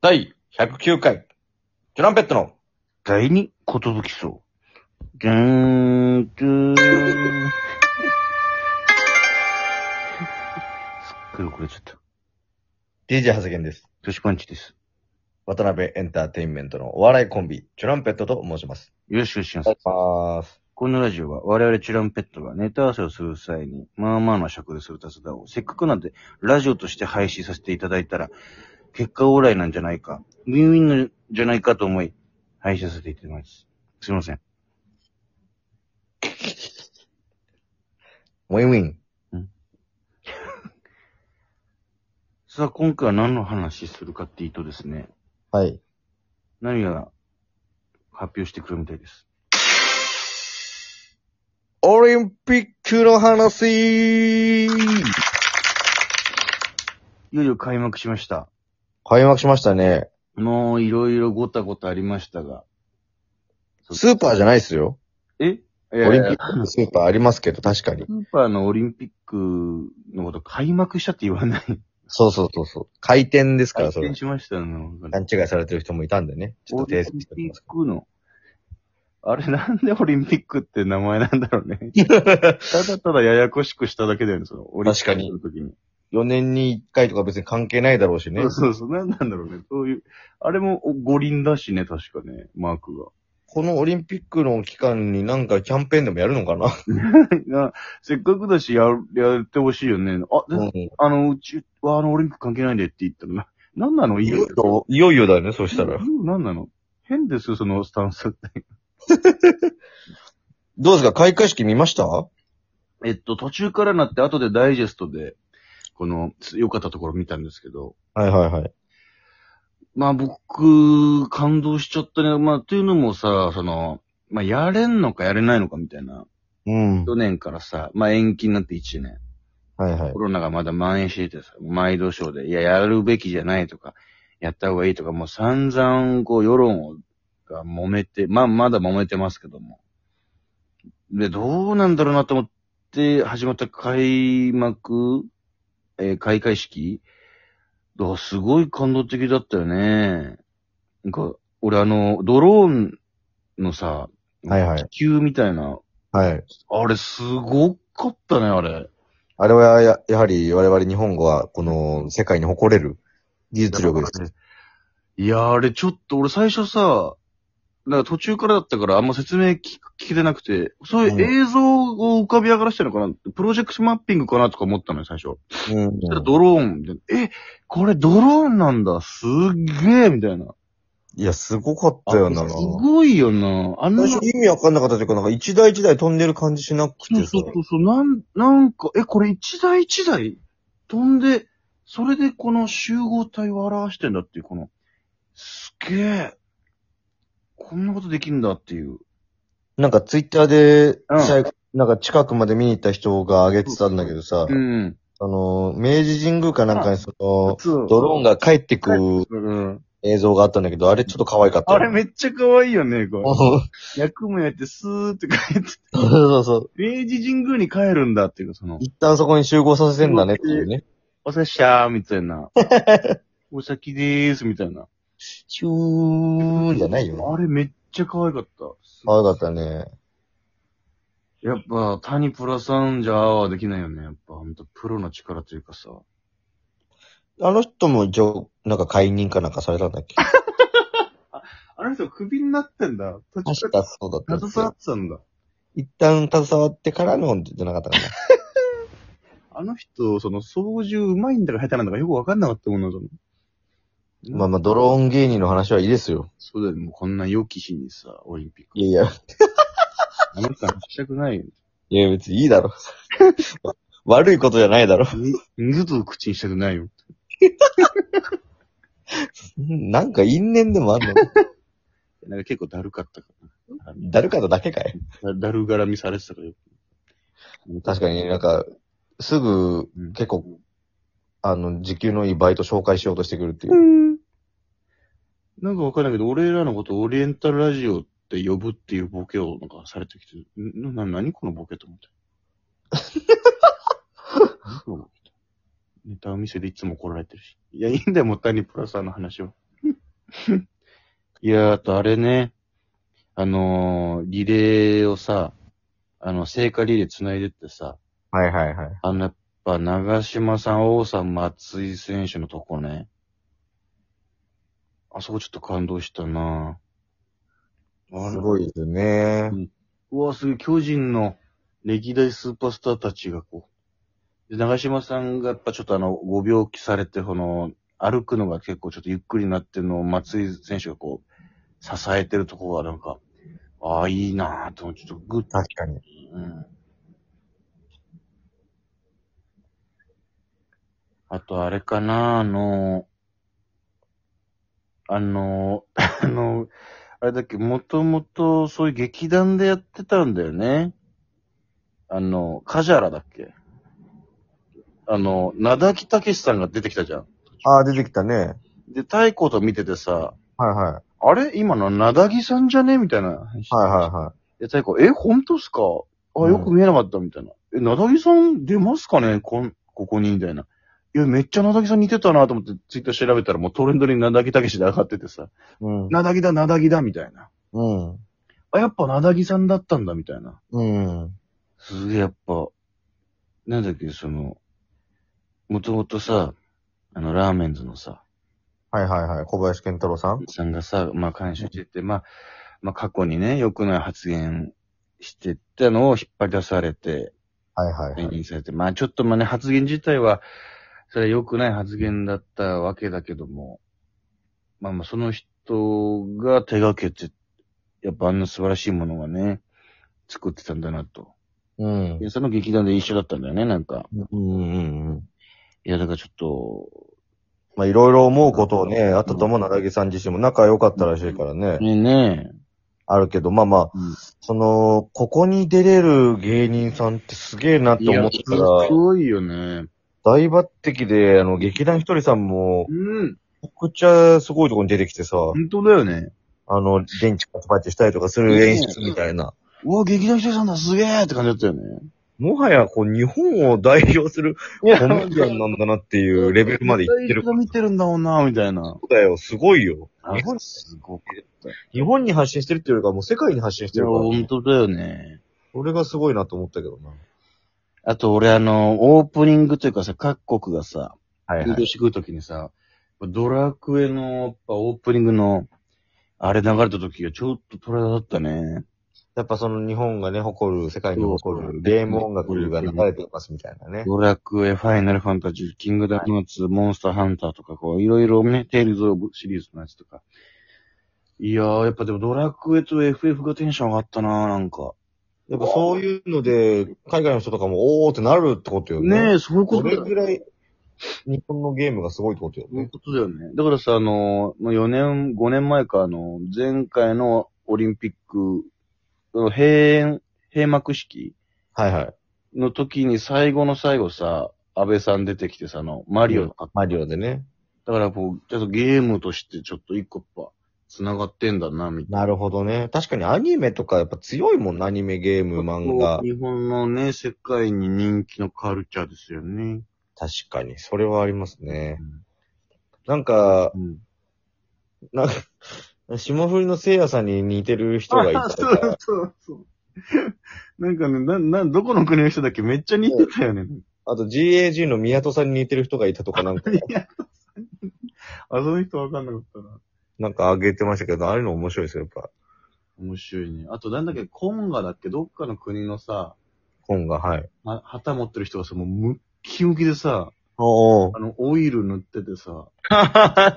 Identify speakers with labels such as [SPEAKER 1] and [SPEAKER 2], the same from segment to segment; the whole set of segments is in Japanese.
[SPEAKER 1] 第109回、トランペットの、
[SPEAKER 2] 第二ことぶきそう。じゃーん、じゃーん。すっごい遅れちゃった。
[SPEAKER 1] DJ 長谷健です。
[SPEAKER 2] 女子パンチです。
[SPEAKER 1] 渡辺エンターテインメントのお笑いコンビ、トランペットと申します。
[SPEAKER 2] よろしくお願いしま
[SPEAKER 1] お
[SPEAKER 2] す。
[SPEAKER 1] 願いします。
[SPEAKER 2] このラジオは我々チュランペットがネタ合わせをする際に、まあまあな尺でする雑談をせっかくなんでラジオとして配信させていただいたら、結果オーライなんじゃないか、ウィンウィンのじゃないかと思い、配信させていただきます。すいません。
[SPEAKER 1] ウィンウィン。
[SPEAKER 2] さあ、今回は何の話するかっていうとですね、
[SPEAKER 1] はい。
[SPEAKER 2] 何が発表してくるみたいです。
[SPEAKER 1] オリンピックの話
[SPEAKER 2] いよいよ開幕しました。
[SPEAKER 1] 開幕しましたね。
[SPEAKER 2] もういろいろごたごたありましたが。
[SPEAKER 1] スーパーじゃないっすよ。
[SPEAKER 2] えオ
[SPEAKER 1] オリンピックのスーパーありますけど、確かに
[SPEAKER 2] ス。ーパーのオリンピックのこと開幕したって言わない。
[SPEAKER 1] そうそうそうそう。回転ですから、それ
[SPEAKER 2] 転。しましたね。
[SPEAKER 1] 勘違いされてる人もいたんでね。ちょっ
[SPEAKER 2] オ
[SPEAKER 1] と訂
[SPEAKER 2] リン
[SPEAKER 1] 正してお
[SPEAKER 2] ピ
[SPEAKER 1] き
[SPEAKER 2] ッ
[SPEAKER 1] ます。
[SPEAKER 2] クの、あれなんでオリンピックって名前なんだろ うね。ただただややこしくしただけだよね、その、オリンピックの時に。
[SPEAKER 1] 4年に1回とか別に関係ないだろうしね
[SPEAKER 2] そう。そうそう、なんなんだろうね。そういう、あれも五輪だしね、確かね、マークが。
[SPEAKER 1] このオリンピックの期間になんかキャンペーンでもやるのかな
[SPEAKER 2] なせっかくだしやる、やってほしいよね。あ、で
[SPEAKER 1] うん
[SPEAKER 2] あの、うちはあの、オリンピック関係ないんでって言ったらな、なんなのい
[SPEAKER 1] い
[SPEAKER 2] い
[SPEAKER 1] よ
[SPEAKER 2] よ
[SPEAKER 1] い。よ、いよいよだよね、そしたら。
[SPEAKER 2] なんなの変ですよ、そのスタンス って。
[SPEAKER 1] どうですか開会式見ました
[SPEAKER 2] えっと、途中からなって、後でダイジェストで、この、良かったところ見たんですけど、
[SPEAKER 1] はいはいはい。
[SPEAKER 2] まあ僕、感動しちゃったね。まあ、というのもさ、その、まあ、やれんのかやれないのかみたいな。
[SPEAKER 1] うん。
[SPEAKER 2] 去年からさ、まあ、延期になって1年。
[SPEAKER 1] はいはい
[SPEAKER 2] コ。ロナがまだ蔓延しててさ、毎度ショーで、いや、やるべきじゃないとか、やった方がいいとか、もう散々、こう、世論をが揉めて、まあ、まだ揉めてますけども。で、どうなんだろうなと思って、始まった開幕、えー開会式だからすごい感動的だったよね。なんか、俺あの、ドローンのさ、
[SPEAKER 1] はいはい
[SPEAKER 2] 気球みたいな、
[SPEAKER 1] はい。
[SPEAKER 2] あれすごかったね、あれ。
[SPEAKER 1] あれはや、やはり我々日本語は、この世界に誇れる技術力です。
[SPEAKER 2] いやー、あれちょっと俺最初さ、なんか途中からだったからあんま説明聞聞けてなくて、そう
[SPEAKER 1] うん
[SPEAKER 2] いう映像を浮かび上がらしてるのかな、プロジェクションマッピングかなとか思ったのよ、最初。
[SPEAKER 1] うん、
[SPEAKER 2] そしたらドローンで、え、これドローンなんだ、すっげえみたいな。
[SPEAKER 1] いや、すごかったよな。
[SPEAKER 2] すごいよな。あんな
[SPEAKER 1] 最初意味わかんなかったというか、なんか一台一台飛んでる感じしなく
[SPEAKER 2] そう
[SPEAKER 1] て
[SPEAKER 2] そ
[SPEAKER 1] さ
[SPEAKER 2] う。そうそう、なん、なんか、え、これ一台一台飛んで、それでこの集合体を表してんだっていう、この、すげえ、こんなことできるんだっていう。
[SPEAKER 1] なんかツイッターで、
[SPEAKER 2] うん
[SPEAKER 1] 最後なんか近くまで見に行った人が上げてたんだけどさ、
[SPEAKER 2] うん。
[SPEAKER 1] あの、明治神宮かなんかにその、ド
[SPEAKER 2] ド
[SPEAKER 1] ローンが帰ってく
[SPEAKER 2] うん。
[SPEAKER 1] 映像があったんだけど、あれちょっと可愛かった。
[SPEAKER 2] あれめっちゃ可愛いよね、これ。
[SPEAKER 1] そう
[SPEAKER 2] 役もやってスーって帰って、
[SPEAKER 1] そうそう。
[SPEAKER 2] 明治神宮に帰るんだっていうか、その、
[SPEAKER 1] 一旦そこに集合させてんだねっていうね。
[SPEAKER 2] おさしゃーみた いな。お先でーすみたいな。
[SPEAKER 1] シューじゃないよ。
[SPEAKER 2] あれめっちゃ可愛かった。
[SPEAKER 1] 可愛かったね。
[SPEAKER 2] やっぱ、谷プラさんじゃああはできないよね。やっぱ、ほんと、プロの力というかさ。
[SPEAKER 1] あの人も一応、なんか解任かなんかされたんだっ け
[SPEAKER 2] あの人、クビになってんだ。途
[SPEAKER 1] 確かそうだったんですよ。
[SPEAKER 2] ってたんだ。
[SPEAKER 1] 一旦携わってからのじゃなかったかな。
[SPEAKER 2] あの人、その、操縦うまいんだか下手なんだかよくわかんなかったもんな、その。
[SPEAKER 1] まあまあ、ドローン芸人の話はいいですよ。
[SPEAKER 2] そうだよ、もうこんな良き日にさ、オリンピック。
[SPEAKER 1] いやいや、
[SPEAKER 2] あなたしたくないよ。
[SPEAKER 1] いや別にいいだろ。 悪いことじゃないだろ。
[SPEAKER 2] に二度と口にしたくないよ。
[SPEAKER 1] なんか因縁でもあんの
[SPEAKER 2] なんか結構だるかったから。
[SPEAKER 1] だるかっただけかい。
[SPEAKER 2] だだるがらみされてたからよ。
[SPEAKER 1] 確かになんか、すぐ、
[SPEAKER 2] うん
[SPEAKER 1] 結構、あの、時給のいいバイト紹介しようとしてくるっていうう。
[SPEAKER 2] ん。なんかわかんないけど、俺らのことオリエンタルラジオって呼ぶっていうボケをなんかされてきて、んな、なにこのボケと 思って。何このボケネタを見せでいつも怒られてるし。いや、いいんだよ、もったいにプラスさんの話は。いやー、あとあれね、あのー、リレーをさ、あの、聖火リレー繋いでってさ、
[SPEAKER 1] はいはいはい。
[SPEAKER 2] あの、やっぱ、長島さん、王さん、松井選手のとこね。あそこちょっと感動したなぁ
[SPEAKER 1] すごいですね。
[SPEAKER 2] うわ、すごい、巨人の歴代スーパースターたちがこう、で、長島さんがやっぱちょっとあの、ご病気されて、この、歩くのが結構ちょっとゆっくりになってるのを松井選手がこう、支えてるところがなんか、ああ、いいなぁと思って、ちょっとグッと、
[SPEAKER 1] 確かに。
[SPEAKER 2] うん。あと、あれかな、あの、あの、 あの、あれだっけ、もともとそういう劇団でやってたんだよね。あの、カジャラだっけあの、灘木武さんが出てきたじゃん。
[SPEAKER 1] ああ、出てきたね。
[SPEAKER 2] で、太鼓と見ててさ、
[SPEAKER 1] はいはい。
[SPEAKER 2] あれ今の灘木さんじゃねみたいな話。
[SPEAKER 1] はいはいはい。
[SPEAKER 2] で、太鼓、え、本当っすかあ、よく見えなかったみたいな。え、なだぎさん出ますかねこん、ここにみたいな。いや、めっちゃなだぎさん似てたなと思ってツイッター調べたらもうトレンドになだぎたけしで上がっててさ、
[SPEAKER 1] うん。
[SPEAKER 2] なだぎだ、なだぎだ、みたいな。
[SPEAKER 1] うん。
[SPEAKER 2] あ、やっぱなだぎさんだったんだ、みたいな。
[SPEAKER 1] うん。
[SPEAKER 2] すげえ、やっぱ、なんだっけ、その、もともとさ、あの、ラーメンズのさ、
[SPEAKER 1] はいはいはい。小林健太郎さん
[SPEAKER 2] さんがさ、まあ、監修してて、まあ、まあ、過去にね、良くない発言してたのを引っ張り出されて、
[SPEAKER 1] はいはい
[SPEAKER 2] 解
[SPEAKER 1] はい。
[SPEAKER 2] 任されて、まあちょっとまあね、発言自体は、それは良くない発言だったわけだけども、まあまあその人が手がけて、やっぱあんな素晴らしいものがね、作ってたんだなと。
[SPEAKER 1] うん。
[SPEAKER 2] で、その劇団で一緒だったんだよね、なんか。
[SPEAKER 1] うんうんうん。
[SPEAKER 2] いや、だからちょっと、
[SPEAKER 1] まあいろいろ思うことをね、あったと思うな、なぎさん自身も仲良かったらしいからね。
[SPEAKER 2] ねえね
[SPEAKER 1] あるけど、まあまあ、
[SPEAKER 2] え。
[SPEAKER 1] その、ここに出れる芸人さんってすげえなって
[SPEAKER 2] い
[SPEAKER 1] 思っ
[SPEAKER 2] や、
[SPEAKER 1] て
[SPEAKER 2] す
[SPEAKER 1] たら、
[SPEAKER 2] ごいよね。
[SPEAKER 1] 大抜擢で、あの、劇団ひとりさんも、
[SPEAKER 2] うん。
[SPEAKER 1] めちゃくちゃすごいとこに出てきてさ、
[SPEAKER 2] 本当だよね。
[SPEAKER 1] あの、電池パチパチしたりとかする演出みたいな。
[SPEAKER 2] うわ、劇団ひとりさんだ、すげえって感じだったよね。
[SPEAKER 1] もはや、こう、日本を代表する
[SPEAKER 2] いや
[SPEAKER 1] コメディアンなんだなっていうレベルまでいってる。
[SPEAKER 2] 劇団ひとりが見てるんだもんな、みたいな。
[SPEAKER 1] だよ、すごいよ。
[SPEAKER 2] あ
[SPEAKER 1] 日本、
[SPEAKER 2] すごく
[SPEAKER 1] 日本に発信してるっていうよりかは、もう世界に発信してるから、
[SPEAKER 2] いや、本当だよね。
[SPEAKER 1] それがすごいなと思ったけどな。
[SPEAKER 2] あと俺あの、オープニングというかさ、各国がさ、
[SPEAKER 1] は
[SPEAKER 2] 移動してくるときにさ、ドラクエの、やっぱオープニングの、あれ流れた時がちょっとトラだったね。
[SPEAKER 1] やっぱその日本がね、誇る、世界に誇るゲーム音楽が流れてますみたいなね。
[SPEAKER 2] ドラクエ、ファイナルファンタジー、キングダムツ、モンスターハンターとか、こう、いろいろね、テイルズ・オブシリーズのやつとか。いやー、やっぱでもドラクエと FF がテンション上がったなー、なんか。
[SPEAKER 1] やっぱそういうので、海外の人とかも、おーってなるってことよね。
[SPEAKER 2] ねえ、そういうこ
[SPEAKER 1] ことれ
[SPEAKER 2] だよね
[SPEAKER 1] ぐらい、日本のゲームがすごいってことよ
[SPEAKER 2] そういう
[SPEAKER 1] ね。
[SPEAKER 2] ことだよね。だからさ、あの、もう4年、5年前か、あの、前回のオリンピック、あの閉園、閉幕式
[SPEAKER 1] はいはい。
[SPEAKER 2] の時に最後の最後さ、安倍さん出てきてさ、あの、マリオの格好、
[SPEAKER 1] マリオでね。
[SPEAKER 2] だからこう、ちょっとゲームとしてちょっと一個やっぱ、繋がってんだな、みたいな。
[SPEAKER 1] なるほどね。確かにアニメとかやっぱ強いもんな、アニメ、ゲーム、漫画。
[SPEAKER 2] 日本のね、世界に人気のカルチャーですよね。
[SPEAKER 1] 確かに、それはありますね。
[SPEAKER 2] う
[SPEAKER 1] なんか、
[SPEAKER 2] ん。
[SPEAKER 1] なんか、 霜降りのせいやさんに似てる人がいた
[SPEAKER 2] あ
[SPEAKER 1] と
[SPEAKER 2] そ
[SPEAKER 1] か
[SPEAKER 2] う、そうそう。なんかね、な、な、どこの国の人だっけめっちゃ似てたよね。
[SPEAKER 1] あと GAG の宮戸さんに似てる人がいたとかなんか、
[SPEAKER 2] あ、その人わかんなかったな。
[SPEAKER 1] なんかあげてましたけど、ああいうの面白いですよ、やっぱ。
[SPEAKER 2] 面白いね。あと、なんだっけ、コンガだっけ、どっかの国のさ、
[SPEAKER 1] 本が、はい。
[SPEAKER 2] は旗持ってる人がさ、もうムッキムキでさ、
[SPEAKER 1] おお。
[SPEAKER 2] あの、オイル塗っててさ、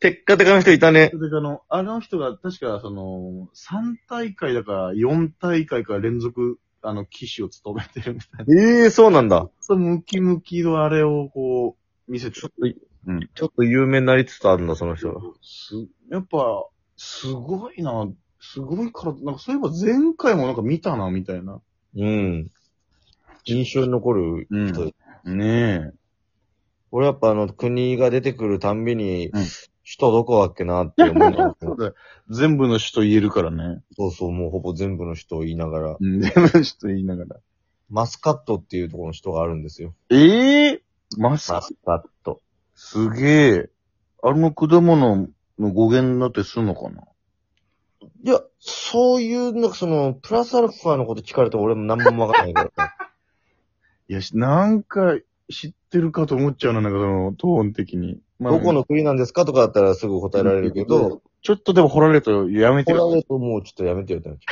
[SPEAKER 1] テッカテカの人いたね
[SPEAKER 2] そ。れであの、あの人が確か、その、3大会だから4大会から連続、あの、騎手を務めてるみたいな。
[SPEAKER 1] ええそうなんだ。
[SPEAKER 2] そのムキムキのあれをこう、見せて
[SPEAKER 1] ちょっと、ちょっと有名になりつつあるんだ、その人。
[SPEAKER 2] す、やっぱ、すごいな、すごいから、なんかそういえば前回もなんか見たな、みたいな。
[SPEAKER 1] うん。印象に残る人。
[SPEAKER 2] ねえ。
[SPEAKER 1] 俺やっぱあの、国が出てくるたんびに、
[SPEAKER 2] うん
[SPEAKER 1] 人どこだっけなって思う の
[SPEAKER 2] そうだよ。全部の首と言えるからね。
[SPEAKER 1] そうそう、もうほぼ全部の人を言いながら、
[SPEAKER 2] うん、全部の首と言いながら。
[SPEAKER 1] マスカットっていうところの人があるんですよ。
[SPEAKER 2] ええマス
[SPEAKER 1] マスカット。
[SPEAKER 2] すげえ。あの果物、もう語源だってすんのかない
[SPEAKER 1] や、そういう、なんかその、プラスアルファのこと聞かれても俺も何もわかんない から。
[SPEAKER 3] いや、しなんか知ってるかと思っちゃうな、なんかその、トーン的に。まあ
[SPEAKER 1] どこの国なんですかとかだったらすぐ答えられるけど、
[SPEAKER 3] ちょっとでも掘られるとやめて
[SPEAKER 1] これ
[SPEAKER 3] よ
[SPEAKER 1] だともうちょっとやめてよってなっち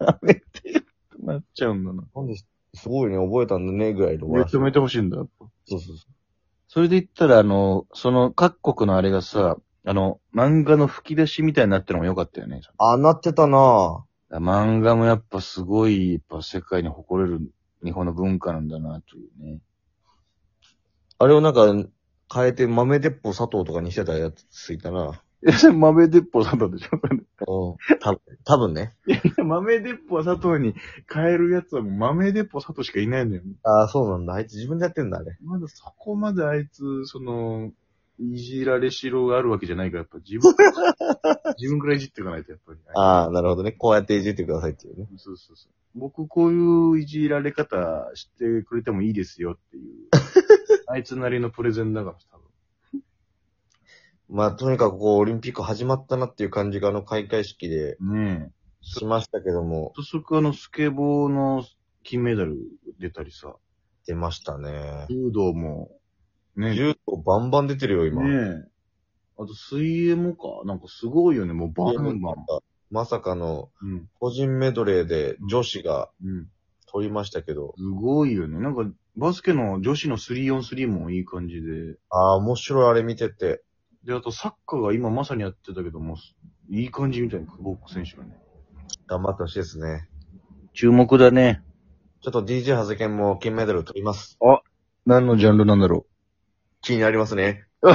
[SPEAKER 1] ゃ
[SPEAKER 3] やめてよってなっちゃうんだな。
[SPEAKER 1] う。なんで、すごいね、覚えたんだね、ぐらいの。
[SPEAKER 3] 認めてほしいんだ。
[SPEAKER 1] そうそうそ
[SPEAKER 2] それで言ったら、あの、その各国のあれがさ、あの、漫画の吹き出しみたいになってるのも良かったよね。
[SPEAKER 1] う。あ、なってたな
[SPEAKER 2] 漫画もやっぱすごい、やっぱ世界に誇れる日本の文化なんだな、というね。
[SPEAKER 1] あれをなんか、変えて豆鉄砲佐藤とかにしてたやついたな。
[SPEAKER 3] いや、それ豆鉄砲佐藤でしょそれ
[SPEAKER 1] うん。たぶん、多分ね。
[SPEAKER 3] 豆鉄砲佐藤に変えるやつはもう豆鉄砲佐藤しかいないんだよ。
[SPEAKER 1] ああ、そうなんだ。あいつ自分でやってんだ、あれ。
[SPEAKER 3] まだそこまであいつ、その、いじられしろがあるわけじゃないから、やっぱ自分、 自分くらいいじっていかないと、やっぱり。
[SPEAKER 1] ああ、なるほどね。こうやっていじってくださいっていうね。
[SPEAKER 3] そうそうそう。僕、こういういじられ方してくれてもいいですよって いう。あいつなりのプレゼンだから、多分。
[SPEAKER 1] まあ、とにかくこう、オリンピック始まったなっていう感じがあの開会式で
[SPEAKER 2] ねえ。
[SPEAKER 1] しましたけども、
[SPEAKER 2] 早速あの、スケボーの金メダル出たりさ、
[SPEAKER 1] 出ましたね。
[SPEAKER 2] 柔道も、ね
[SPEAKER 1] 柔道バンバン出てるよ、今。
[SPEAKER 2] ねえ。あと水泳もか。なんかすごいよね。もうバンバン。
[SPEAKER 1] まさかの
[SPEAKER 2] うん。
[SPEAKER 1] 個人メドレーで女子が
[SPEAKER 2] うん。
[SPEAKER 1] 取りましたけど、
[SPEAKER 2] すごいよね。なんか、バスケの女子の 3on3 もいい感じで。
[SPEAKER 1] ああ、面白い、あれ見てて。
[SPEAKER 2] で、あとサッカーが今まさにやってたけども、いい感じみたいな、久保選手がね。
[SPEAKER 1] 頑張ってほしいですね。
[SPEAKER 2] 注目だね。
[SPEAKER 1] ちょっと DJ ハゼケンも金メダル取ります。
[SPEAKER 2] 何のジャンルなんだろ
[SPEAKER 1] 気になりますね。
[SPEAKER 2] う。